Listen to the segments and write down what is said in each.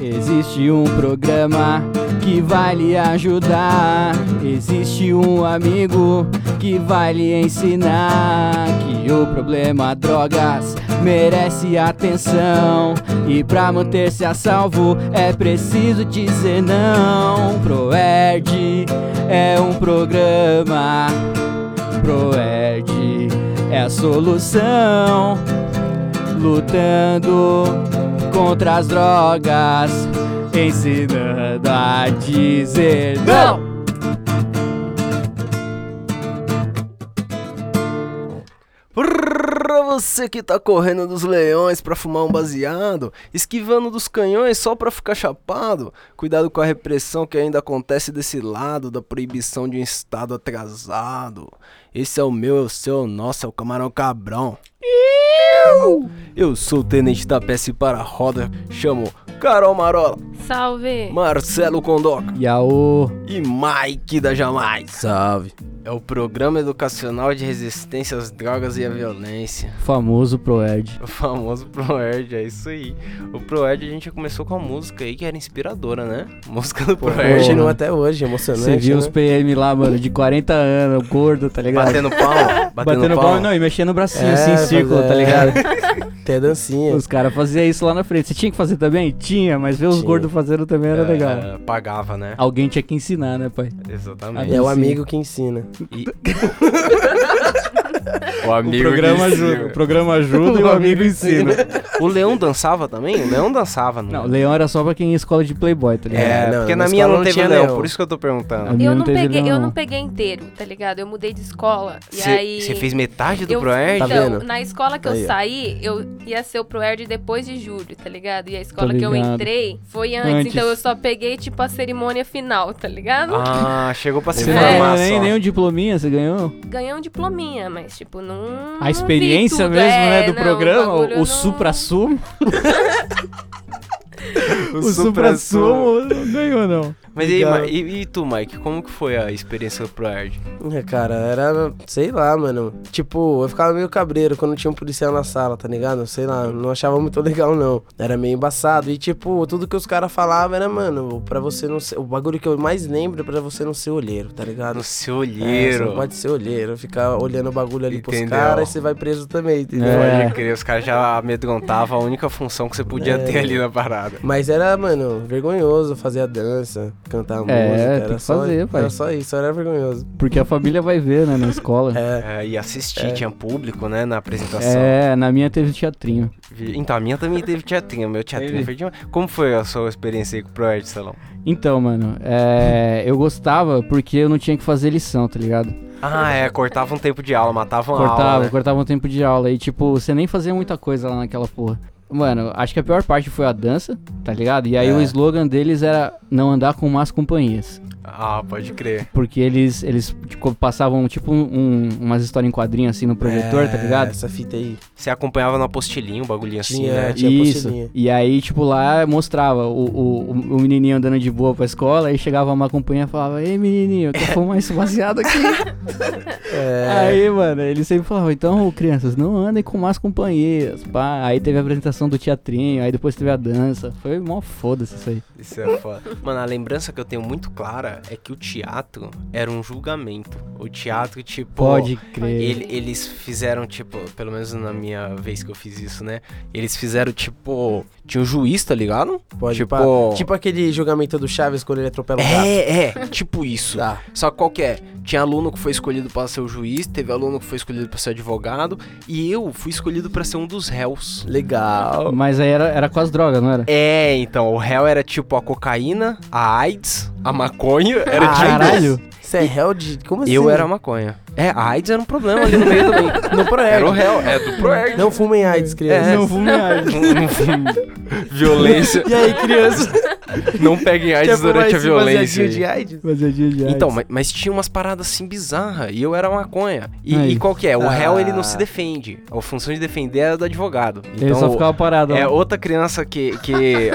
Existe um programa que vai lhe ajudar. Existe um amigo que vai lhe ensinar que o problema drogas merece atenção. E pra manter-se a salvo é preciso dizer não. Proerd é um programa. Proerd é a solução. Lutando contra as drogas, ensinando a dizer não. Pra você que tá correndo dos leões pra fumar um baseado, esquivando dos canhões só pra ficar chapado, cuidado com a repressão que ainda acontece desse lado da proibição de um estado atrasado. Esse é o meu, é o seu, é o nosso, é o camarão cabrão. Eu sou o tenente da PS para a roda, chamo Carol Marola, Salve! Marcelo Condoca Yaô, e Mike da Jamais. Salve. É o Programa Educacional de Resistência às Drogas e à Violência. famoso Proerd. O famoso Proerd, é isso aí. O Proerd a gente já começou com a música aí que era inspiradora, né? A música do Proerd. Porra. Continua até hoje, emocionante. Você viu né? os PM lá, mano, de 40 anos, gordo, tá ligado? Batendo pau. Batendo, Batendo pau. palma, não, e mexendo o bracinho É, assim em círculo, fazer- tá ligado? Até dancinha. Os caras faziam isso lá na frente. Você tinha que fazer também? Tinha, mas ver os Tinha. gordos fazendo também era É, legal. Pagava, né? Alguém tinha que ensinar, né, pai? Exatamente. É o Sim. amigo que ensina. O amigo que ensina. programa ajuda e o amigo O Leão dançava também? O Leão dançava, Não, leão era só pra quem ia em escola de playboy, tá ligado? É, É, não, porque na na minha escola não não teve tinha Leão, leão. por isso que eu tô perguntando. Não Eu não, teve, peguei, eu não. não peguei inteiro, tá ligado? Eu mudei de escola. e aí. Você fez metade do eu, Proerd? Tá então, vendo? na escola que eu Aí, ó. saí, eu ia ser o Proerd depois de julho, tá ligado? E a escola que eu ligado. entrei foi antes, Antes. então eu só peguei, tipo, a cerimônia final, tá ligado? Ah, chegou pra se Você não É. ganhou formar só. Tá nem, nem um diplominha, você ganhou? Ganhei um diplominha, mas, tipo, não. A experiência não vi tudo, mesmo, é, né, do não, programa, bagulho o, não- o supra-sumo, O o supra-sumo. supra-sumo não ganhou, não. Mas e, Legal. aí, Mi- e, e tu, Mike, como que foi a experiência do ProErd? É, Cara, era, sei lá, mano. Tipo, eu ficava meio cabreiro quando tinha um policial na sala, tá ligado? Sei lá, não achava muito legal, não. Era meio embaçado. E, tipo, tudo que os caras falavam era, mano, pra você não ser. O bagulho que eu mais lembro é pra você não ser olheiro, tá ligado? No seu É, você olheiro. não pode ser olheiro, ficar olhando o bagulho ali pros Entendeu. caras e você vai preso também, entendeu? É. Pode crer, os caras já amedrontavam a única função que você podia É. ter ali na parada. Mas era, mano, vergonhoso fazer a dança, cantar a música. É, tem Era que só, fazer, pai. Hum. Era só isso, era vergonhoso. Porque a família vai ver, né, na escola. É. É, e assistir, tinha público, né, na apresentação. É, na minha teve teatrinho. Vi- Então, a minha também teve teatrinho, meu teatrinho Teve. foi demais. Como foi a sua experiência aí com o ProErd, Salão? Então, mano, é, eu gostava porque eu não tinha que fazer lição, tá ligado? Ah, é, cortava um tempo de aula, matava uma cortava, aula, né? cortava um tempo de aula. E, tipo, você nem fazia muita coisa lá naquela porra. Mano, acho que a pior parte foi a dança, tá ligado? E aí É. o slogan deles era não andar com más companhias. Ah, pode crer. Porque eles, eles tipo, passavam, tipo, um- umas histórias em quadrinho, assim, no projetor, tá É, ligado? Essa fita aí. Você acompanhava no apostilinho, um bagulhinho assim, Tinha, né? tinha Isso. apostilinha. E aí, tipo, lá mostrava o, o, o- o menininho andando de boa pra escola, aí chegava uma companhia e falava, Ei, menininho, quer fumar esse baseado aqui? É. Aí, mano, ele sempre falava, então, crianças, não andem com más companhias, pá. Aí teve a apresentação do teatrinho, aí depois teve a dança. Foi mó foda-se isso aí. Isso é foda. Mano, a lembrança que eu tenho muito clara é que o teatro era um julgamento. O teatro, tipo. Pode crer. ele- eles fizeram, tipo, pelo menos na minha vez que eu fiz isso, né? Eles fizeram, tipo. Tinha um juiz, tá ligado? Pode Tipo- tipo... tipo aquele julgamento do Chaves quando ele atropela o gato. É, é, tipo isso. Tá. Só que qual que é? Tinha aluno que foi escolhido pra ser o juiz, teve aluno que foi escolhido pra ser advogado, e eu fui escolhido pra ser um dos réus. Legal. Mas aí era, era com as drogas, não era? É, então, o réu era tipo a cocaína, a AIDS, a maconha, era Ah, tipo... Caralho! Você é réu de. Como assim? Eu era a maconha. É, a AIDS era um problema ali no meio também. No Era o Proerd. réu, é do Proerd. Não fumem É. AIDS, crianças. Não fume AIDS. Violência. E aí, criança? Não peguem Tipo, AIDS durante a violência. aí. de AIDS? Fazia dia de AIDS. Então, ma- mas, tinha umas paradas assim bizarras e eu era maconha. E, Aí. e qual que é? O Ah. réu ele não se defende. A função de defender era do advogado. Ele só Então, ficava parado. é lá. outra criança que, que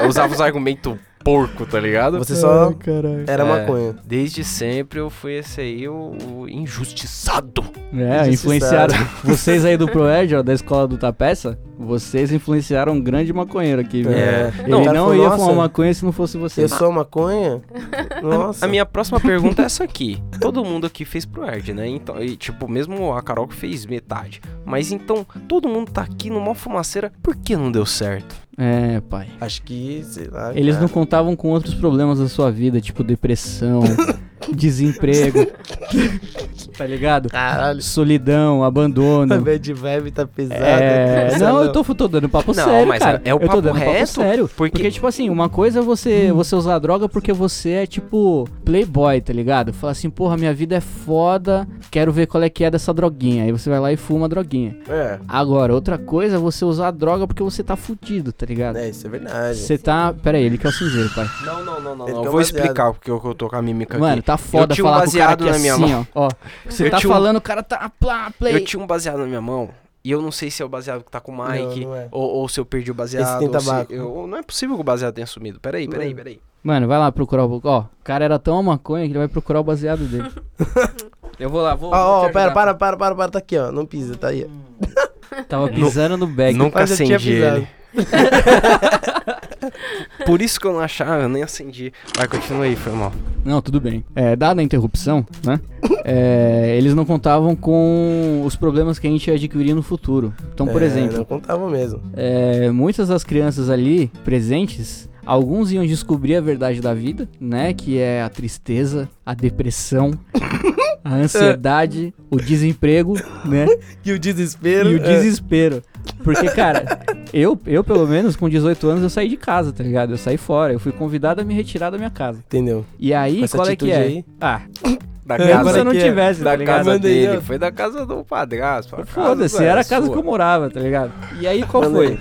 usava os argumentos porco, tá ligado? Você só Ai, caralho. era É. maconha. Desde sempre eu fui esse aí, o, o injustiçado. É, influenciaram. Vocês aí do Proerd, ó, da escola do Tapeça, Vocês influenciaram um grande maconheiro aqui, viu? É. Ele Não, o não, cara falou, ia "Nossa, fumar maconha se não fosse Eu vocês. sou maconha? Nossa. A minha próxima pergunta é essa aqui. Todo mundo aqui fez pro Erd, né? Então, e, tipo, mesmo a Carol que fez metade. Mas então, todo mundo tá aqui numa fumaceira. Por que não deu certo? É, pai. Acho que, sei lá. Eles cara. não contavam com outros problemas da sua vida, tipo depressão, desemprego. tá ligado? Caralho. Solidão, A abandono. bad vibe tá pesada. É... Nossa, Não, eu tô, tô dando papo Não, sério, mas cara. é o eu papo tô dando reto, papo sério. porque- Porque... tipo assim, uma coisa é você, você usar droga porque você é, tipo, playboy, tá ligado? Fala assim, porra, minha vida é foda, quero ver qual é que é dessa droguinha. Aí você vai lá e fuma a droguinha. É. Agora, outra coisa é você usar droga porque você tá fudido, tá ligado? É, isso é verdade. Você tá... Pera aí, ele quer o cinzeiro, pai. Não, não, não, não. Ele não. tá Eu vou baseado. explicar porque eu, eu tô com a mímica Mano, aqui. tá foda eu tinha um falar com o cara baseado que é na minha assim, mão. ó. ó. Você Eu tá tinha um- falando, o cara tá... Plá, play. Eu tinha um baseado na minha mão. E eu não sei se é o baseado que tá com o Mike. Não, não é. ou, ou se eu perdi o baseado. Esse tem ou se tabaco. eu- ou não é possível que o baseado tenha sumido. Peraí, peraí, Não. é. peraí. Mano, vai lá procurar o. Ó, o cara era tão maconha que ele vai procurar o baseado dele. Eu vou lá, vou. vou Ó, ó, te pera, ajudar. para, para, para, para, tá aqui, ó. Não pisa, tá aí. Tava pisando no bag. Nunca Mas É eu tinha acendi ele. avisado. Por isso que eu não achava, eu nem acendi. Vai, continua aí, foi mal. Não, tudo bem. É, dada a interrupção, né? é, eles não contavam com os problemas que a gente ia adquirir no futuro. Então, por É, Não exemplo, contava mesmo. é, muitas das crianças ali presentes. Alguns iam descobrir a verdade da vida, né? Que é a tristeza, a depressão, a ansiedade, o desemprego, né? E o desespero. é, E o desespero. Porque, cara, eu, eu pelo menos com 18 anos eu saí de casa, tá ligado? Eu saí fora, eu fui convidado a me retirar da minha casa. Entendeu? E aí, Com essa qual é que atitude é? aí? Ah, Da É, como agora se eu não que é. tivesse, tá da ligado? casa Manda aí, dele, ó. foi da casa do padrasto. a casa Foda-se, não era a casa sua. que eu morava, tá ligado? E aí, qual Manda foi? aí.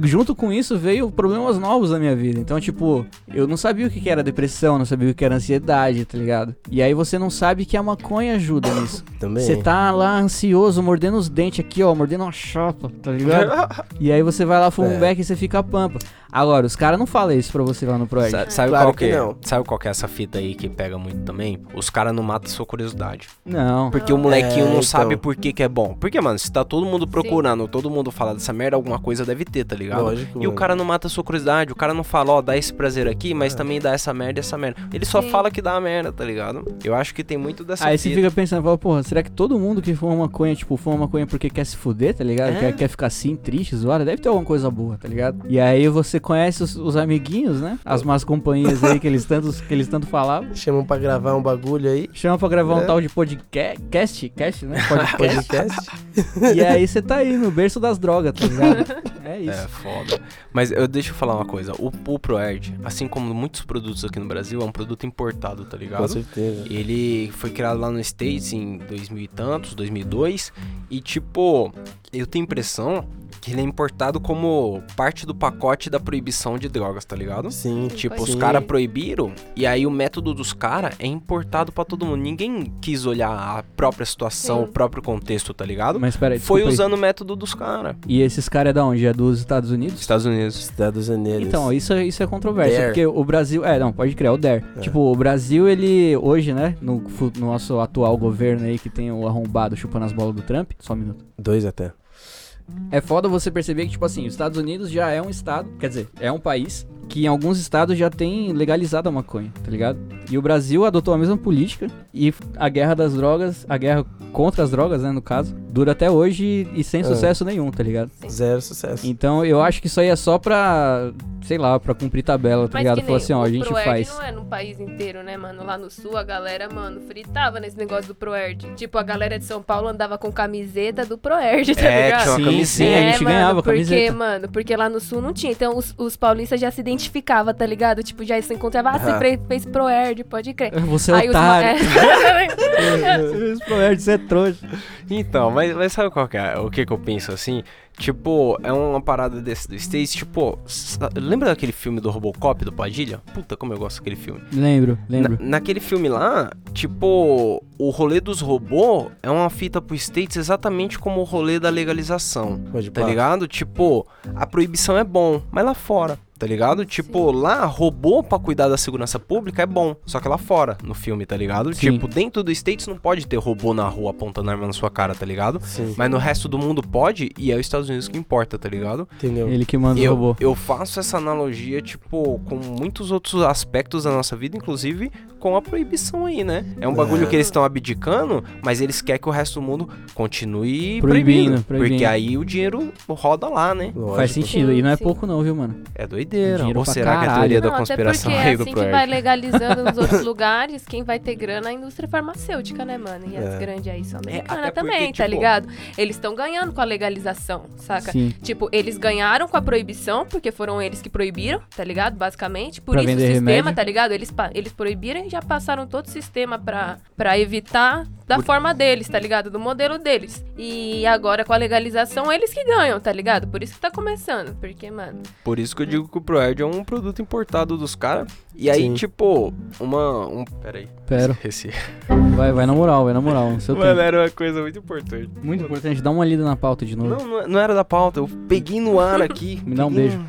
Junto com isso veio problemas novos na minha vida. Então, tipo, eu não sabia o que que era depressão, não sabia o que era ansiedade, tá ligado? E aí você não sabe que a maconha ajuda nisso. Também. Você tá lá ansioso, mordendo os dentes aqui, ó, mordendo uma chapa, tá ligado? e aí você vai lá, fuma É. um beck e você fica pampa. Agora, os caras não falam isso pra você lá no projeto. Sa- sabe, Claro qual que que é? não. sabe qual que é essa fita aí que pega muito também? Os caras não matam sua curiosidade. Não. Porque o molequinho É, não então. sabe por que que é bom. Porque, mano, se tá todo mundo procurando, todo mundo fala dessa merda, alguma coisa deve ter, tá ligado? Lógico, E o mano. cara não mata a sua curiosidade, o cara não fala, ó, dá esse prazer aqui, mas É. também dá essa merda e essa merda. Ele só Sim. fala que dá a merda, tá ligado? Eu acho que tem muito dessa Aí você fita. fica pensando, fala, porra, será que todo mundo que fuma maconha, tipo, fuma maconha porque quer se fuder, tá ligado? É. Quer, quer ficar assim, triste, zoada? Deve ter alguma coisa boa, tá ligado? E aí você conhece os, os amiguinhos, né? As más companhias aí que eles, tantos, que eles tanto falavam. Chamam pra gravar um bagulho aí. Chama pra gravar É. um tal de podcast, cast, né? Podcast. Podcast. e aí você tá aí no berço das drogas, tá ligado? É isso. É foda. Mas eu, deixa eu falar uma coisa. O, o ProErd, assim como muitos produtos aqui no Brasil, é um produto importado, tá Com ligado? certeza. Ele foi criado lá nos States em 2000 e tantos, 2002. E tipo, eu tenho a impressão que ele é importado como parte do pacote da proibição de drogas, tá ligado? Sim. Tipo, Pode os ser. caras proibiram e aí o método dos caras é importado pra todo mundo. Ninguém quis olhar a própria situação, Sim. o próprio contexto, tá ligado? Mas peraí, Foi desculpa aí. usando o método dos caras. E esses caras é da onde? É dos Estados Unidos? Estados Unidos. Estados Unidos. Então, isso, é- isso é controvérsia, Dare. porque o Brasil... É, não, pode criar o DER. É. Tipo, o Brasil, ele hoje, né, no, fu- no nosso atual governo aí, que tem o arrombado chupando as bolas do Trump... Só um minuto. Dois até. É foda você perceber que, tipo assim, os Estados Unidos já é um estado, quer dizer, é um país que em alguns estados já tem legalizado a maconha, tá ligado? E o Brasil adotou a mesma política e a guerra das drogas, a guerra contra as drogas, né, no caso, dura até hoje e sem Ah. sucesso nenhum, tá ligado? Zero sucesso. Então eu acho que isso aí é só pra, sei lá, pra cumprir tabela, tá Mas ligado? que nem Falar assim, ó, o a gente Proerd faz. não é no país inteiro, né, mano? Lá no sul, a galera, mano, fritava nesse negócio do Proerd. Tipo, a galera de São Paulo andava com camiseta do Proerd, tá É, ligado? tinha uma Sim, camisinha. sim, a gente mano, ganhava porque, camiseta. mano, porque lá no sul não tinha. Então os, os paulistas já se identificavam, tá ligado? Tipo, já se encontravam. Ah, Ah. você pre- fez Proerd, pode crer. Você é Aí os ma- otário. é. Os Proerd, você é trouxa. Então, mas, mas sabe qual que é? O que que eu penso assim? Tipo, é uma parada desse do States, tipo, sa- lembra daquele filme do Robocop do Padilha? Puta, como eu gosto daquele filme. Lembro, lembro. Na- naquele filme lá, tipo, o rolê dos robôs é uma fita pro States exatamente como o rolê da legalização. Pode Tá pá. ligado? Tipo, a proibição é bom, mas lá fora. Tá ligado? Tipo, lá, robô pra cuidar da segurança pública é bom. Só que lá fora, no filme, tá ligado? Sim. Tipo, dentro do States não pode ter robô na rua apontando arma na sua cara, tá ligado? Sim, Mas no resto do mundo pode, e é os Estados Unidos que importa, tá ligado? entendeu? Ele que manda o Eu, robô. eu faço essa analogia, tipo, com muitos outros aspectos da nossa vida, inclusive com a proibição aí, né? É um bagulho É. que eles estão abdicando, mas eles querem que o resto do mundo continue proibindo. Proibindo, Porque proibindo. aí o dinheiro roda lá, né? Lógico. Faz sentido. E não é Sim, sim. pouco não, viu, mano? É doideira. Dinheiro Ou pra será que é a caralho. teoria da Não, até conspiração porque aí do assim que vai Proerd? legalizando nos outros lugares, quem vai ter grana é a indústria farmacêutica, né, mano? E as É. grandes aí são americanas até porque, também, tá tipo- ligado? Eles estão ganhando com a legalização, saca? Sim. Tipo, eles ganharam com a proibição, porque foram eles que proibiram, tá ligado? Basicamente. Por Pra isso o vender sistema, remédio. tá ligado? Eles, pa- eles proibiram e já passaram todo o sistema pra, pra evitar da forma deles, tá ligado? Do modelo deles. E agora com a legalização, eles que ganham, tá ligado? Por isso que tá começando. Porque, mano, Por isso que eu digo que o Proerd é um produto importado dos caras. E aí, Sim. tipo, uma. Um... Peraí. Pera. Esse... Vai, vai na moral, vai na moral. Seu Mano, tempo. era uma coisa muito importante. Muito importante, dá uma lida na pauta de novo. Não, não- não era da pauta. Eu peguei no ar aqui. Me dá um Peguei beijo.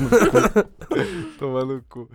no- Toma no cu.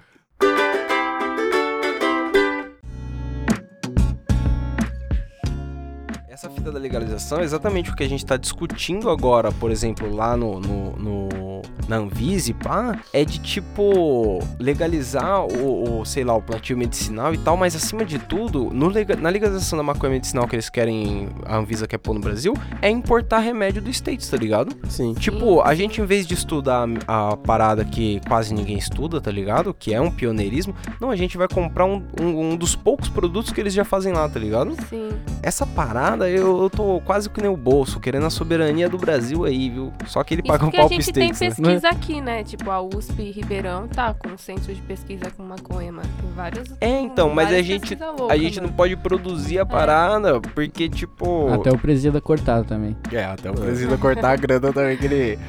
Essa fita da legalização é exatamente o que a gente tá discutindo agora, por exemplo, lá no, no, no- na Anvise, pá, é de tipo legalizar o, o, sei lá, o plantio medicinal e tal, mas acima de tudo, no lega- na legalização da maconha medicinal que eles querem, a Anvisa quer pôr no Brasil, é importar remédio do States, tá ligado? Sim. Tipo, a gente em vez de estudar a parada que quase ninguém estuda, tá ligado? Que é um pioneirismo, não, a gente vai comprar um, um- um dos poucos produtos que eles já fazem lá, tá ligado? sim. Essa parada eu, eu tô quase que nem o bolso, querendo a soberania do Brasil aí, viu? Só que ele paga um Isso que a pau pro gente tem States, né? pesquisa é? aqui, né? Tipo, a USP e Ribeirão tá com um centro de pesquisa com maconha, mano. Tem vários. É, então, mas a várias gente, pesquisa a louca, né? gente não mano. pode É. produzir a parada, porque, tipo... Até o presida cortado também. É, até o Brasil cortar a grana também que ele.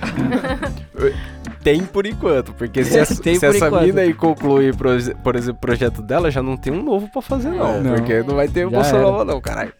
tem por enquanto, porque se, essa- É, Tem se por essa enquanto. mina aí concluir, por exe- por exemplo, o projeto dela, já não tem um novo pra fazer, não. É, Não. Porque não vai ter Já bolsa era. nova, não, caralho.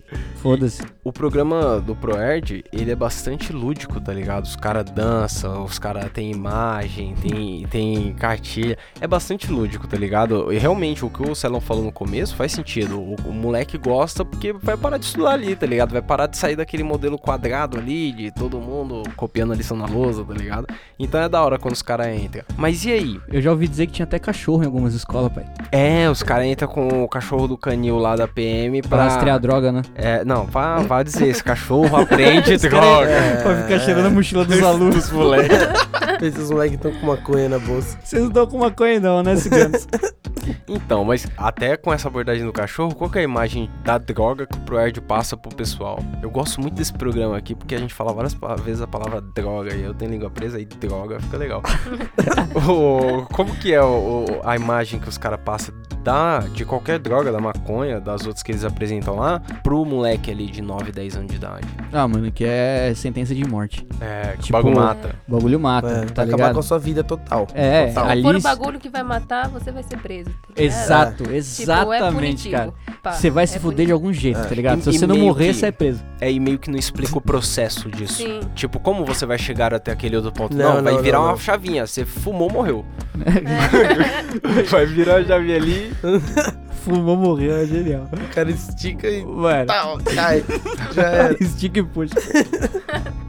Foda-se. O programa do ProErd, ele é bastante lúdico, tá ligado? Os caras dançam, os caras têm imagem, tem, tem cartilha. É bastante lúdico, tá ligado? E realmente, o que o Celão falou no começo faz sentido. O, o moleque gosta porque vai parar de estudar ali, tá ligado? Vai parar de sair daquele modelo quadrado ali, de todo mundo copiando a lição na lousa, tá ligado? Então é da hora quando os caras entram. Mas e aí? Eu já ouvi dizer que tinha até cachorro em algumas escolas, pai. É, os caras entram com o cachorro do canil lá da PM Pra rastrear a droga, né? É, não, vá, vá dizer, esse cachorro aprende droga. É. É, Pra ficar cheirando a mochila dos alunos. tipo, esses moleques estão com maconha na bolsa. Vocês não estão com maconha não, né, ciganos? Então, mas até com essa abordagem do cachorro, qual que é a imagem da droga que o Proerd passa pro pessoal? Eu gosto muito desse programa aqui, porque a gente fala várias pa- vezes a palavra droga, e eu tenho língua presa, e droga fica legal. O- como que é o- o- a imagem que os caras passam da, de qualquer droga, da maconha, das outras que eles apresentam lá, pro moleque ali de 9, 10 anos de idade? ah, mano, que é sentença de morte. É, que Tipo, bagulho mata. O bagulho mata, É, tá vai acabar ligado? com a sua vida total. É, Total. Se for o ali... bagulho que vai matar, você vai ser preso. tá ligado? Exato, Tipo, é exatamente, punitivo, cara. pá. Você vai se É fuder de punitivo. algum jeito, É. tá ligado? E- Se e você não meio morrer, que- você é preso. É, e meio que não explica o processo disso. Sim. Tipo, como você vai chegar até aquele outro ponto? Não, Não, vai não, virar não, uma não. chavinha. Você fumou, morreu. vai virar uma chavinha ali. Fumou, morreu, é genial. O cara estica e. Mano, Pau, cai. Já era. estica e puxa.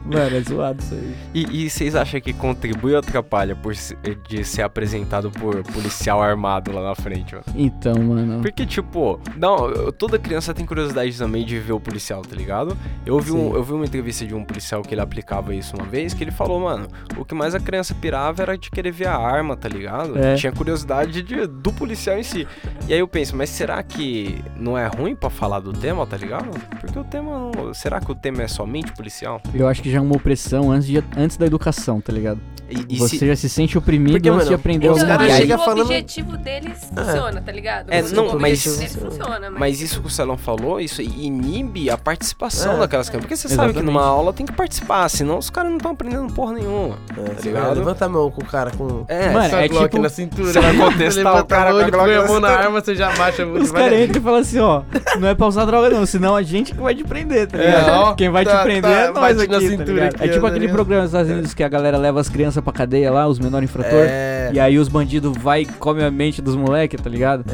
Mano, é zoado isso aí. E, e vocês acham que contribui ou atrapalha por se- de ser apresentado por policial armado lá na frente, mano? Então, mano... Porque, tipo, não, eu- toda criança tem curiosidade também de ver o policial, tá ligado? Eu vi, um- Sim. eu vi uma entrevista de um policial que ele aplicava isso uma vez, que ele falou, mano, o que mais a criança pirava era de querer ver a arma, tá ligado? É. Tinha curiosidade de- do policial em si. E aí eu penso, mas será que não é ruim pra falar do tema, tá ligado? Porque o tema não. Será que o tema é somente policial? Eu acho que já é uma opressão antes, de- antes da educação, tá ligado? E, e Você se- já se sente oprimido Porque, antes de mano, aprender os alguma Então, caras coisa. eu acho que chegam o falando- objetivo deles funciona, tá ligado? Ah. É, O não, objetivo mas- deles funciona, mas... Mas isso que o Celão falou, isso inibe a participação É. daquelas crianças. Porque você sabe que Exatamente. numa aula tem que participar, senão os caras não estão aprendendo porra nenhuma. É, você Tá ligado? vai- levanta a mão com o cara com. É, Mano, Essa é Glock tipo- na cintura. Você vai Ele contestar levanta o cara a mão, com a ele Glock põe a na mão na cintura. arma, você já abaixa. Os vai- caras entram e falam assim, ó, não é pra usar droga não, senão a gente que vai te prender, tá É, ligado? ó, Quem vai tá- te prender tá, é nós bate aqui, na tá leitura ligado? aqui. É tipo ó, aquele tá ligado? programa dos Estados Unidos que a galera leva as crianças pra cadeia lá, os menores infratores. É. E aí os bandidos vai e come a mente dos moleques, tá ligado?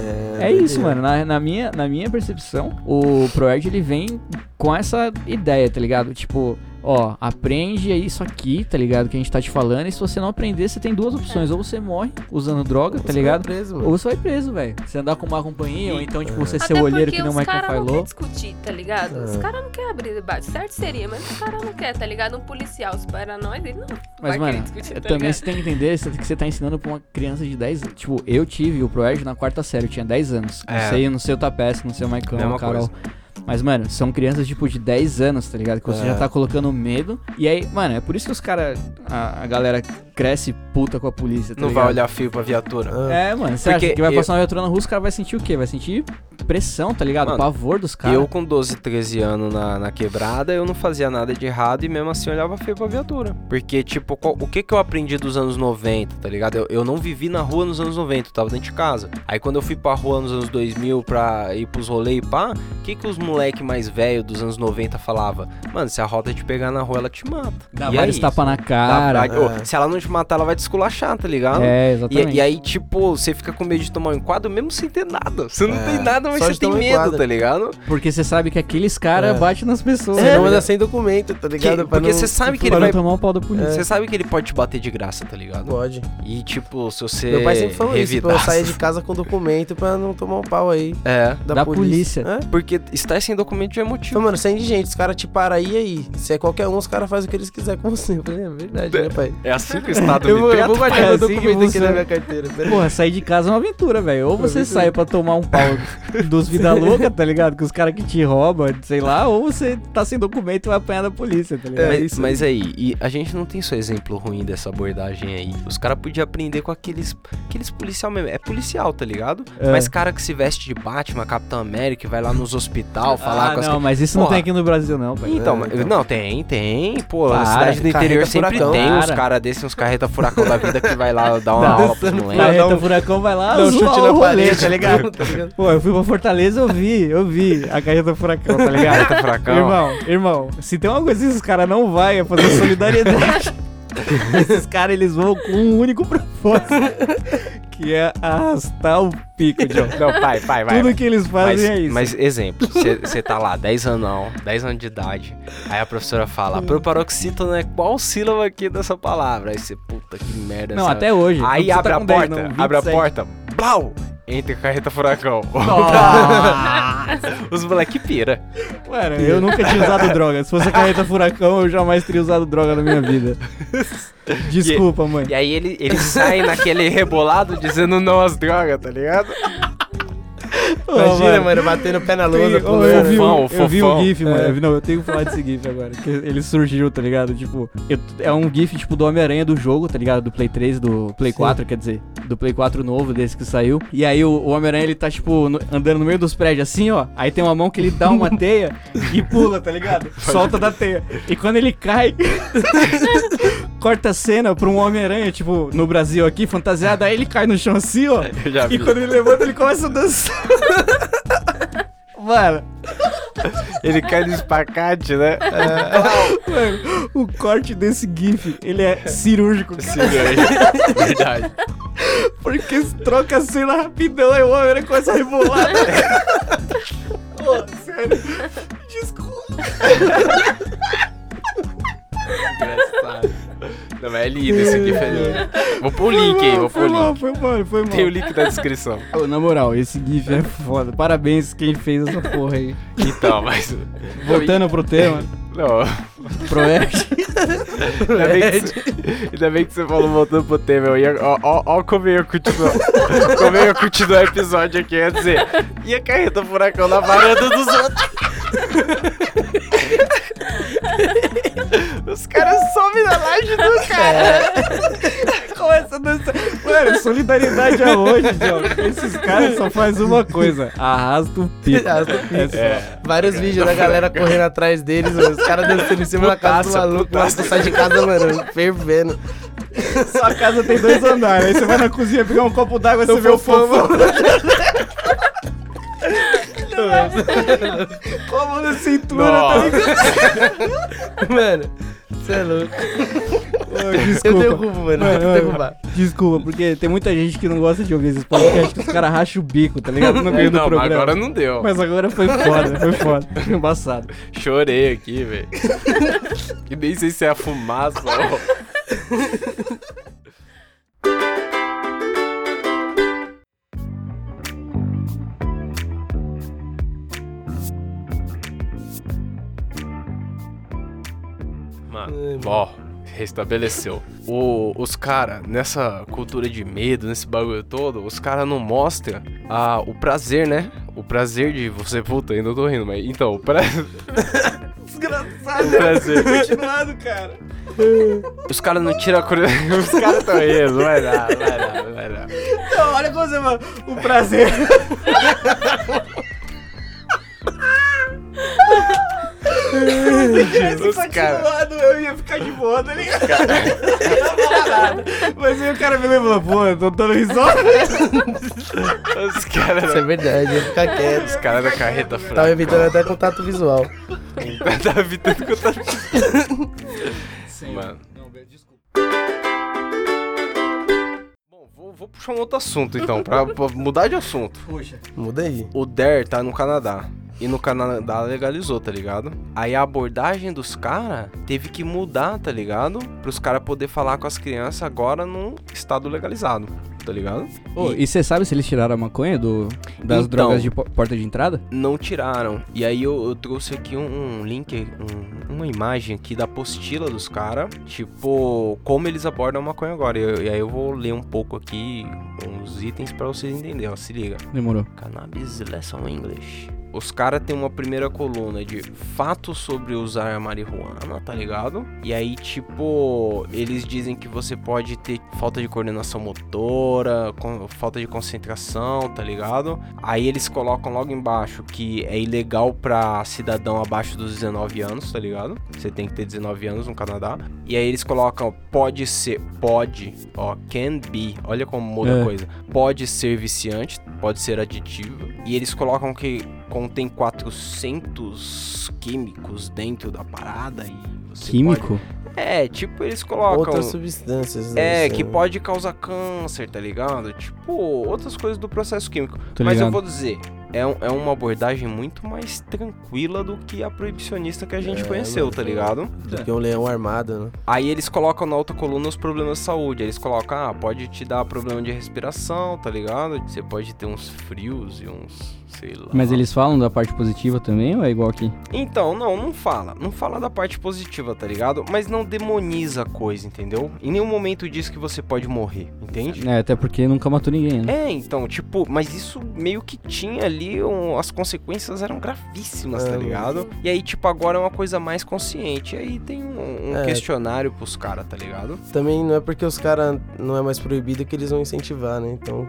É, isso, mano. Na, na minha, na minha percepção, o Proerd ele vem com essa ideia, tá ligado? Tipo, ó, aprende isso aqui, tá ligado? Que a gente tá te falando. E se você não aprender, você tem duas opções. Ou você morre usando droga, tá Você vai ligado? Preso, mano. Ou você vai preso, velho. Você andar com má companhia, ou então, tipo, você Até ser o olheiro que porque nem o os Michael caras não querem falou. Ah. discutir, tá ligado? Os caras não querem abrir debate. Certo seria, mas os caras não querem, tá ligado? Um policial, se para nós, ele não Mas, vai mano, querer discutir, tá também ligado? você tem que entender isso que você tá ensinando pra uma criança de 10 anos. Tipo, eu tive o Proerd na quarta série, eu tinha 10 anos. É. Não sei, não sei o Tapes, não sei o Maicon, Mesma o Carol. Mas, mano, são crianças, tipo, de 10 anos, tá ligado? Que você É. já tá colocando medo. E aí, mano, é por isso que os caras. A, a galera cresce puta com a polícia, tá Não vai ligado? olhar feio pra viatura. Ah, É, mano, você Porque acha que vai eu- passar uma viatura na rua, os caras vão sentir o quê? Vai sentir pressão, tá ligado? Mano, Pavor dos caras. Eu com 12, 13 anos na, na quebrada, eu não fazia nada de errado e mesmo assim olhava feio pra viatura. Porque, tipo, qual- o que que eu aprendi dos anos 90, tá ligado? Eu, eu não vivi na rua nos anos 90, eu tava dentro de casa. Aí quando eu fui pra rua nos anos 2000 pra ir pros rolês e pá, o que que os moleque mais velho dos anos 90 falava? Mano, se a rota te pegar na rua, ela te mata. Dá e vários aí? tapas na Dá cara. Ah. pra- Ô, é. Se ela não te matar, ela vai te esculachar, tá ligado? É, E, exatamente. e aí, tipo, você fica com medo de tomar um enquadro mesmo sem ter nada. Você não É, tem nada, mas só você de tem tomar um medo, enquadro. tá ligado? Porque você sabe que aqueles caras É. batem nas pessoas. Você né? não anda sem documento, tá Que- ligado? Pra porque não- você sabe que ele Pra não vai. tomar o pau da polícia. É. Você sabe que ele pode te bater de graça, tá ligado? Pode. E tipo, se você. Meu pai sempre falou isso, pra eu revidar- sair de casa com documento pra não tomar um pau aí É. da, Da polícia. polícia. É? Porque estar sem documento já é Tipo, motivo. mano, você é indigente, os caras te param aí e aí. Se é qualquer um, os caras fazem o que eles quiserem com você. Eu falei, é verdade, né, pai? É assim que o Estado Eu vou, eu vou guardar é meu assim que documento aqui na funciona. minha carteira. pera aí. Porra, sair de casa é uma aventura, velho. Ou você aventura. sai pra tomar um pau dos vida louca, tá ligado? Que os caras que te roubam, sei lá, ou você tá sem documento e vai apanhar da polícia, tá ligado? É mas, é, mas aí, e a gente não tem só exemplo ruim dessa abordagem aí. Os caras podiam aprender com aqueles, aqueles policial mesmo. É policial, tá ligado? É. Mas cara que se veste de Batman, Capitão América, e vai lá nos hospital falar ah, com as não, mas isso não Porra. tem aqui no Brasil, não, pai. Então, É, mas- então. não, tem, tem. Pô, Para, a cidade do carreta interior sempre furacão. tem uns Para. caras desses, uns carreta furacão da vida que vai lá dar uma Tá. aula pros Aí moleques. Não, Carreta dá um- furacão vai lá, Dá um zoar chute o na rolê, parede, tá ligado? tá ligado? Pô, eu fui pra Fortaleza, eu vi, eu vi a carreta furacão, tá ligado? Carreta furacão. Irmão, irmão, se tem uma coisa que esses caras não vai é fazer solidariedade. esses caras, eles vão com um único propósito, que é arrastar o pico, John. Não, pai, pai, vai. Tudo que eles Mas, fazem é isso. mas, exemplo, você tá lá, 10 anão, 10 anos de idade, aí a professora fala, proparoxítona é qual sílaba aqui dessa palavra? Aí você, puta que merda. não, essa- até hoje. Aí Você tá abre a com 10, porta, não, abre a 27. porta, blau, entra carreta furacão. Nossa. Os moleque pira. Mano, eu nunca tinha usado droga. Se fosse a carreta furacão, eu jamais teria usado droga na minha vida. Desculpa, mãe. E aí ele, ele sai naquele rebolado dizendo não às drogas, tá ligado? Ô, Imagina, mano, batendo o pé na Tem- lona. ô, pulando. eu, vi, Fofão, um- eu vi fofão. um GIF, mano. É. Eu vi- Não, eu tenho que falar desse GIF agora. Que ele surgiu, tá ligado? Tipo, eu- é um GIF tipo do Homem-Aranha do jogo, tá ligado? Do Play 3, do Play Sim. 4, quer dizer, do Play 4 novo, desse que saiu. E aí o, o Homem-Aranha ele tá, tipo, no- andando no meio dos prédios assim, ó. Aí tem uma mão que ele dá uma teia e pula, tá ligado? Solta da teia. E quando ele cai, corta a cena pra um Homem-Aranha, tipo, no Brasil aqui, fantasiado. Aí ele cai no chão assim, ó. Eu já E vi. quando ele levanta, ele começa a dançar. Mano, Ele cai no espacate, né? É. mano, o corte desse GIF, ele é cirúrgico. cara. Sim, velho. Verdade. Porque se troca a cena rapidão, aí o homem começa a rebolar. Ô, sério. Desculpa. Engraçado. Não, mas é lindo esse GIF é lindo. Vou pôr o link aí, vou pôr Foi o mal, link. foi mal, foi mal. Tem o link na descrição. Ô, na moral, esse GIF é foda. Parabéns quem fez essa porra aí. Então, mas. Voltando pro tema, Não, pro Ed. ainda bem, que você, ainda bem que você falou voltando pro tema. Eu ia, ó, ó, ó como eu ia continuar. Como eu ia continuar o episódio aqui, eu ia dizer. E a carreta furacão na varanda dos outros. Os caras somem na laje do É. cara. Começa a dançar. Mano, solidariedade aonde, Diogo? Esses caras só fazem uma coisa: arrasta o pico. Arrasta o pico. É só. Vários vídeos da galera correndo atrás deles, mano. Os caras dançando em cima da casa do Putaça, maluco. Nossa, tu sai de casa, mano, fervendo. Sua casa tem dois andares. Aí você vai na cozinha pegar um copo d'água e você vê o fofão. Com a mão na cintura, tá ligado? Mano, Você é louco. desculpa. Eu derrubo, Mano, mano. eu tenho mano. que derrubar. Desculpa, porque tem muita gente que não gosta de ouvir esses podcasts que os caras racham o bico, tá ligado? No meio do não, mas programa. agora não deu. Mas agora foi foda, foi foda. Foi embaçado. Chorei aqui, velho. e nem sei se é a fumaça ou... Ai, Mano, mano. ó, restabeleceu. O- os cara, nessa cultura de medo, nesse bagulho todo, os cara não mostra a- o prazer, né? O prazer de você, puta, ainda tô rindo, mas então, o pra- Desgraçado. é prazer. Continuado, cara. Os caras não tiram a curiosidade. Os caras tão rindo, vai lá, vai lá, vai lá. Não, Então, olha como você fala. O prazer. Os cara, eu ia ficar de boa, tá ligado? Mas aí o cara me lembrou, pô, eu tô dando risada. os caras. Isso é verdade, eu ia ficar Os quieto. caras da carreta fraca. Tava evitando até contato visual. Tava evitando que eu tava. Mano. Não, desculpa. Bom, vou, vou puxar um outro assunto então, pra, pra mudar de assunto. Puxa. Muda aí. O DER tá no Canadá. E no Canadá legalizou, tá ligado? Aí a abordagem dos caras teve que mudar, tá ligado? Para os caras poder falar com as crianças agora num estado legalizado, tá ligado? Ô, e você sabe se eles tiraram a maconha do, das Então. drogas de po- porta de entrada? não tiraram. E aí eu, eu trouxe aqui um, um link, um- uma imagem aqui da apostila dos caras, tipo, como eles abordam a maconha agora. E, eu- e aí eu vou ler um pouco aqui uns itens pra vocês entenderem, ó, se liga. Demorou. Cannabis Lesson English. Os caras têm uma primeira coluna de fatos sobre usar a marihuana, tá ligado? E aí, tipo, eles dizem que você pode ter falta de coordenação motora, con- falta de concentração, tá ligado? Aí eles colocam logo embaixo que é ilegal pra cidadão abaixo dos 19 anos, tá ligado? Você tem que ter 19 anos no Canadá. E aí eles colocam pode ser, pode, ó, can be. Olha como muda É. a coisa pode ser viciante, pode ser aditivo. E eles colocam que contém 400 químicos dentro da parada e você Químico? pode- É, tipo, eles colocam Outras substâncias. né, é, você- que pode causar câncer, tá ligado? Tipo, outras coisas do processo químico. Tô Mas eu ligado. vou dizer, é, um- é uma abordagem muito mais tranquila do que a proibicionista que a gente É, conheceu, mano. tá ligado? Porque um leão armado, né? Aí eles colocam na outra coluna os problemas de saúde. Eles colocam, ah, pode te dar problema de respiração, tá ligado? Você pode ter uns frios e uns, sei lá. Mas eles falam da parte positiva também ou é igual aqui? Então, não, não fala. Não fala da parte positiva, tá ligado? Mas não demoniza a coisa, entendeu? Em nenhum momento diz que você pode morrer, entende? É, até porque nunca matou ninguém, né? É, então, tipo, mas isso meio que tinha ali, um- as consequências eram gravíssimas, É, tá mano. ligado? E aí, tipo, agora é uma coisa mais consciente. E aí tem um, um É. questionário pros caras, tá ligado? Também não é porque os caras não é mais proibido que eles vão incentivar, né? Então,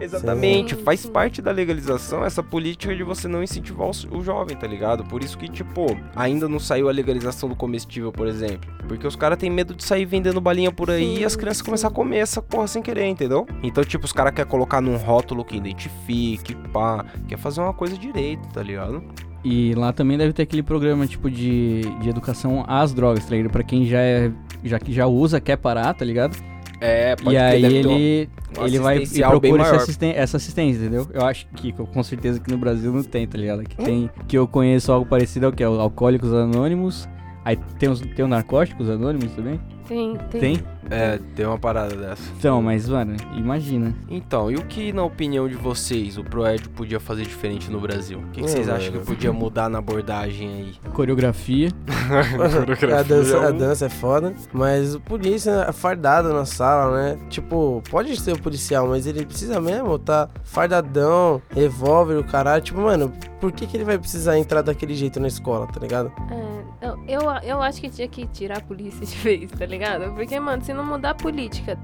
Exatamente, Sim, faz sim. parte da legalização essa política de você não incentivar os- o jovem, tá ligado? Por isso que, tipo, ainda não saiu a legalização do comestível, por exemplo. Porque os caras têm medo de sair vendendo balinha por aí Sim, e as crianças sim. começam a comer essa porra sem querer, entendeu? Então, tipo, os caras querem colocar num rótulo que identifique, pá, quer fazer uma coisa direito, tá ligado? E lá também deve ter aquele programa, tipo, de, de educação às drogas, tá ligado? Pra quem já é. Já que já usa, quer parar, tá ligado? É, e aí ele, um ele vai e assistencial bem procura esse maior. assisten- essa assistência, entendeu? Eu acho que que eu- com certeza que no Brasil não tem, tá ligado? Que tem que eu conheço algo parecido ao que é o Alcoólicos Anônimos. Aí tem os tem o Narcóticos Anônimos também? Tem, tem. Tem? É, deu uma parada dessa. Então, mas mano, imagina. Então, e o que, na opinião de vocês, o Proed podia fazer diferente no Brasil? O que, que Hum, vocês acham que velho. podia mudar na abordagem aí? Coreografia. a dança, a dança é foda, mas o polícia é fardado na sala, né? Tipo, pode ser o policial, mas ele precisa mesmo tá fardadão, revólver, o caralho. Tipo, mano, por que, que ele vai precisar entrar daquele jeito na escola, tá ligado? É, eu- eu, eu acho que tinha que tirar a polícia de vez, tá ligado? Porque, mano, se não mudar a política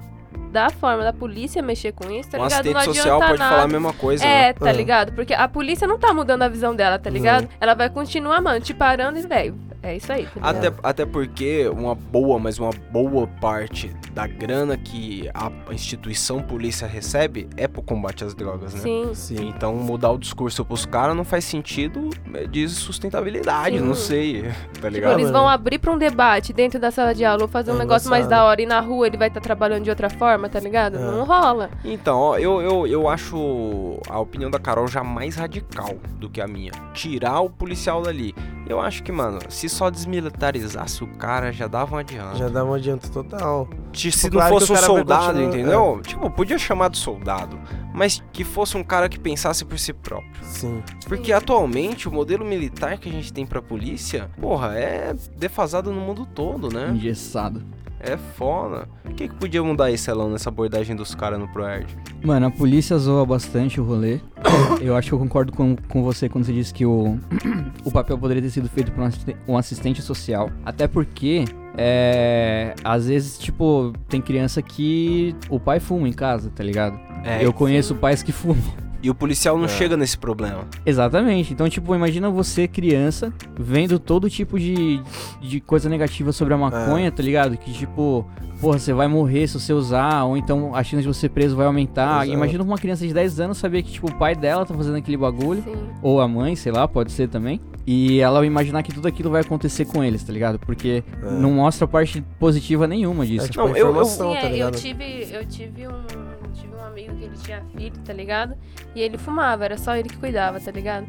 da forma da polícia mexer com isso, tá um ligado? Não assistente adianta social pode nada. falar a mesma coisa. né? É, tá É. ligado? Porque a polícia não tá mudando a visão dela, tá ligado? Ela vai continuar, mano, te parando e, velho, é isso aí, tá ligado? Até, até porque uma boa, mas uma boa parte da grana que a instituição polícia recebe é pro combate às drogas, né? Sim. Sim. Então mudar o discurso pros caras não faz sentido é, de sustentabilidade, Sim. não sei, tá Tipo, ligado? eles vão abrir pra um debate dentro da sala de aula ou fazer um É negócio mais embaçado. da hora e na rua ele vai estar trabalhando de outra forma, tá ligado? É. Não rola. Então, ó, eu, eu, eu acho a opinião da Carol já mais radical do que a minha. Tirar o policial dali. Eu acho que, mano, se só desmilitarizasse o cara, já dava um adianto. Já dá um adianto total. Ti- Se Tipo, não claro que fosse o um cara vai soldado, continuar, é. entendeu? Tipo, podia chamar de soldado, mas que fosse um cara que pensasse por si próprio. Sim. Porque atualmente o modelo militar que a gente tem pra polícia, porra, é defasado no mundo todo, Hum. né? Engessado. É foda. O que, que podia mudar esse Elão nessa abordagem dos caras no ProErd? Mano, a polícia zoa bastante o rolê. Eu acho que eu concordo com, com você quando você disse que o, o papel poderia ter sido feito por um assiste- um assistente, social. Até porque, é, às vezes, tipo, tem criança que o pai fuma em casa, tá ligado? É, Eu conheço pais que fumam. e o policial É. não chega nesse problema. Exatamente. Então, tipo, imagina você, criança, vendo todo tipo de, de coisa negativa sobre a É. maconha, tá ligado? Que, tipo, porra, você vai morrer se você usar, ou então a chance de você ser preso vai aumentar. Exato. Imagina uma criança de 10 anos saber que, tipo, o pai dela tá fazendo aquele bagulho, Sim. ou a mãe, sei lá, pode ser também. E ela imaginar que tudo aquilo vai acontecer com eles, tá ligado? Porque É. não mostra parte positiva nenhuma disso. É tipo Não, a eu- eu- informação, Sim, é, tá eu ligado? tive, eu tive um. Tive um amigo que ele tinha filho, tá ligado? E ele fumava, era só ele que cuidava, tá ligado?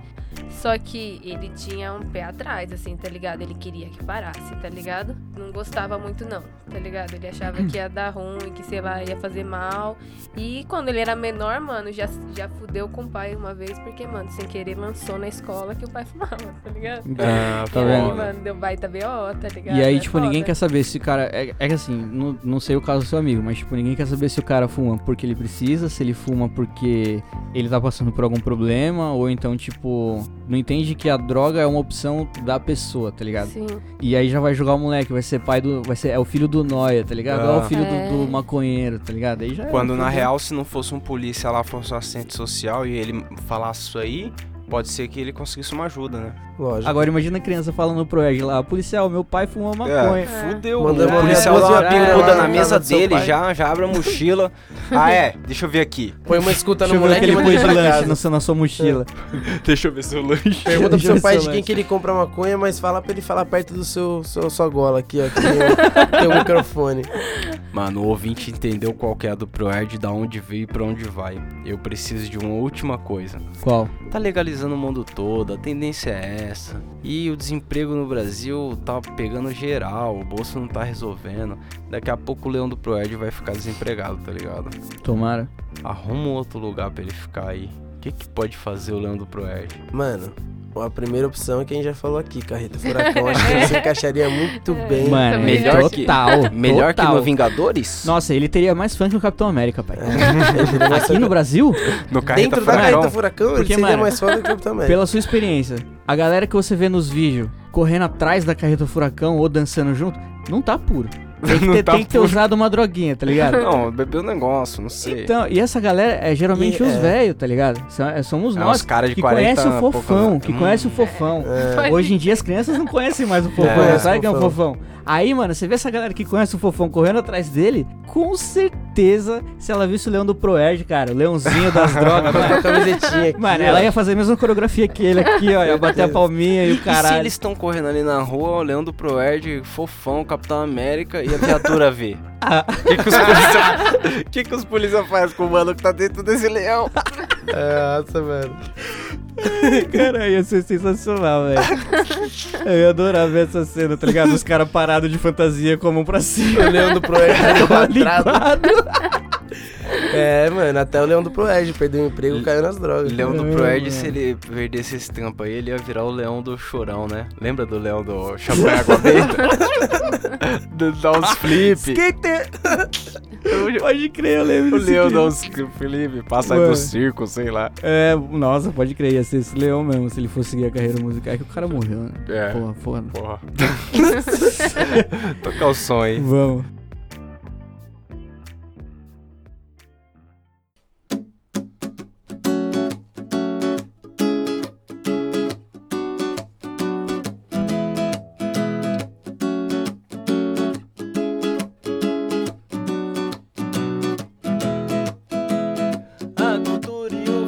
Só que ele tinha um pé atrás, assim, tá ligado? Ele queria que parasse, tá ligado? Não gostava muito, não, tá ligado? Ele achava que ia dar ruim, que sei lá, ia fazer mal. E quando ele era menor, mano, já, já fudeu com o pai uma vez, porque, mano, sem querer lançou na escola que o pai fumava, tá ligado? Ah, Tá e aí, vendo? mano, deu baita BO, tá ligado? E aí, É tipo, ninguém foda. quer saber se o cara. É, é que assim, não, não sei o caso do seu amigo, mas, tipo, ninguém quer saber se o cara fuma porque ele precisa, se ele fuma porque ele tá passando por algum problema, ou então, tipo, não entende que a droga é uma opção da pessoa, tá ligado? Sim. E aí já vai jogar o moleque, vai ser pai do. Vai ser, é o filho do Noia, tá ligado? Ah. É o filho É. do, do maconheiro, tá ligado? Aí já é, Quando na fudeu. real, se não fosse um polícia lá, fosse um assistente social e ele falasse isso aí, pode ser que ele conseguisse uma ajuda, né? Lógico. Agora imagina a criança falando pro Ed lá, policial, meu pai fumou maconha. É. fudeu, Manda mano. uma O policial meia dá uma dúzia de bicuda lá na na mesa casa do seu dele, pai. já, já abre a mochila. ah, é, deixa eu ver aqui. Põe uma escuta Deixa no eu ver o que moleque e ele manda pôs ele de pra lanche casa. na sua- na sua mochila. Deixa eu ver seu lanche. Pergunta pro Deixa eu seu pai ver de se né? quem eu que ele compra maconha, mas fala pra ele falar perto do seu, seu sua gola aqui, ó. Que tem o- tem o microfone. Mano, o ouvinte entendeu qual que é a do ProErd, da onde veio e pra onde vai. Eu preciso de uma última coisa. Qual? Tá legalizando o mundo todo, a tendência é essa. E o desemprego no Brasil tá pegando geral, o bolso não tá resolvendo. Daqui a pouco o leão do Proerd vai ficar desempregado, tá ligado? Tomara. Arruma um outro lugar pra ele ficar aí. O que, que pode fazer o leão do Proerd? Mano, a primeira opção é quem já falou aqui, Carreta Furacão. Acho que você encaixaria muito bem. Mano, melhor Também melhor acho. que- total. Melhor que total. no Vingadores? Nossa, ele teria mais fã que o Capitão América, pai. É. Ele Aqui no Brasil, No Carreta Dentro da Furacão? Carreta Furacão, ele Porque, seria mano, mais foda que o Capitão América. pela sua experiência, a galera que você vê nos vídeos correndo atrás da carreta furacão ou dançando junto, não tá puro. Tem que Não ter, tá tem que ter puro. usado uma droguinha, tá ligado? Não, bebeu um negócio, não sei. Então, e essa galera é geralmente E, os é. velhos, tá ligado? São- é, Somos É, nós uns cara de que 40 conhece o e pouco, fofão, né? que Hum. conhece o fofão. Faz Hoje em dia as crianças não conhecem mais o fofão, É, sabe quem é o fofão. fofão? Aí, mano, você vê essa galera que conhece o fofão correndo atrás dele, com certeza, se ela visse o leão do Proerd, cara, o leãozinho das drogas, Com a mano. camisetinha aqui. Mano, ó. ela é- ia fazer a mesma coreografia que ele aqui, ó. Ia bater a palminha e o E se caralho. eles estão correndo ali na rua, olhando pro Erd, fofão, Capitão América e a viatura vê? Ah. O que, que os polícia... que que os polícia faz com o mano que tá dentro desse leão? É, Nossa, mano. Caralho, ia ser sensacional, velho. Eu ia adorar ver essa cena, tá ligado? Os caras parados de fantasia com a mão pra cima. Olhando pro Ed quadrado. Quadrado. É, mano, até o Leão do Proerd perdeu o emprego e caiu nas O drogas. leão do Caramba, Proerd, mano. se ele perdesse esse trampo aí, ele ia virar o leão do chorão, né? Lembra do leão do chapéu água benta? Do- Dá uns flip. Skater! Pode crer, eu lembro O desse leão clipe. dá uns flip, passa aí Mano. do circo, sei lá. É, nossa, pode crer, ia ser esse leão mesmo, se ele fosse seguir a carreira musical. É que o cara morreu, né? É, Porra, foda. porra. Tocar o som aí. Vamos.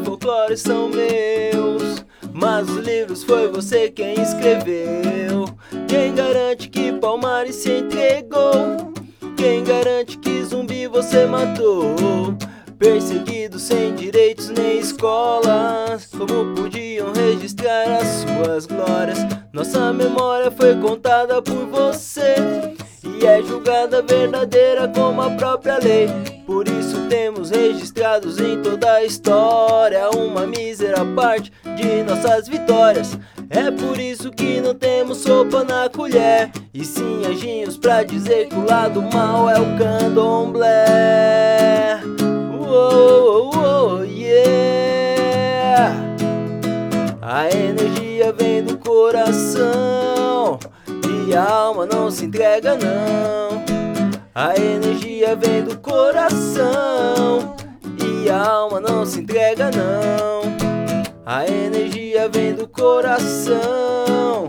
melhores são meus. Mas os livros foi você quem escreveu. Quem garante que Palmares se entregou? Quem garante que zumbi você matou? Perseguidos sem direitos nem escolas, como podiam registrar as suas glórias? Nossa memória foi contada por você e é julgada verdadeira como a própria lei. Por isso temos registrados em toda a história uma mísera parte de nossas vitórias. É por isso que não temos sopa na colher e sim anjinhos pra dizer que o lado mal é o candomblé. Uou, uou, Oh, yeah. A energia vem do coração e a alma não se entrega não. A energia vem do coração e a alma não se entrega não. A energia vem do coração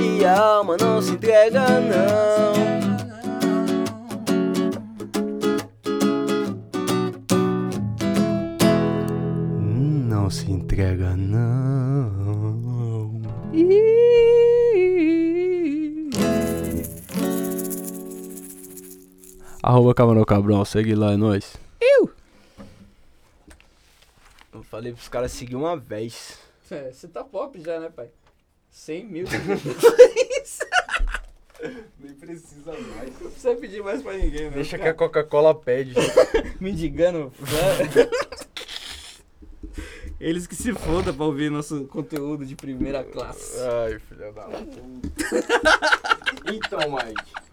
e a alma não se entrega não. Não se entrega, não. Arroba Camarão Cabral, segue lá, é nóis. Eu! Eu falei pros caras seguir uma vez. Você tá pop já, né, pai? 100 mil. Nem precisa mais. Não precisa pedir mais pra ninguém, né? Deixa que a Coca-Cola pede. mendigando fã. Eles que se fodam pra ouvir nosso conteúdo de primeira classe. Ai, filha da puta. Então, Mike.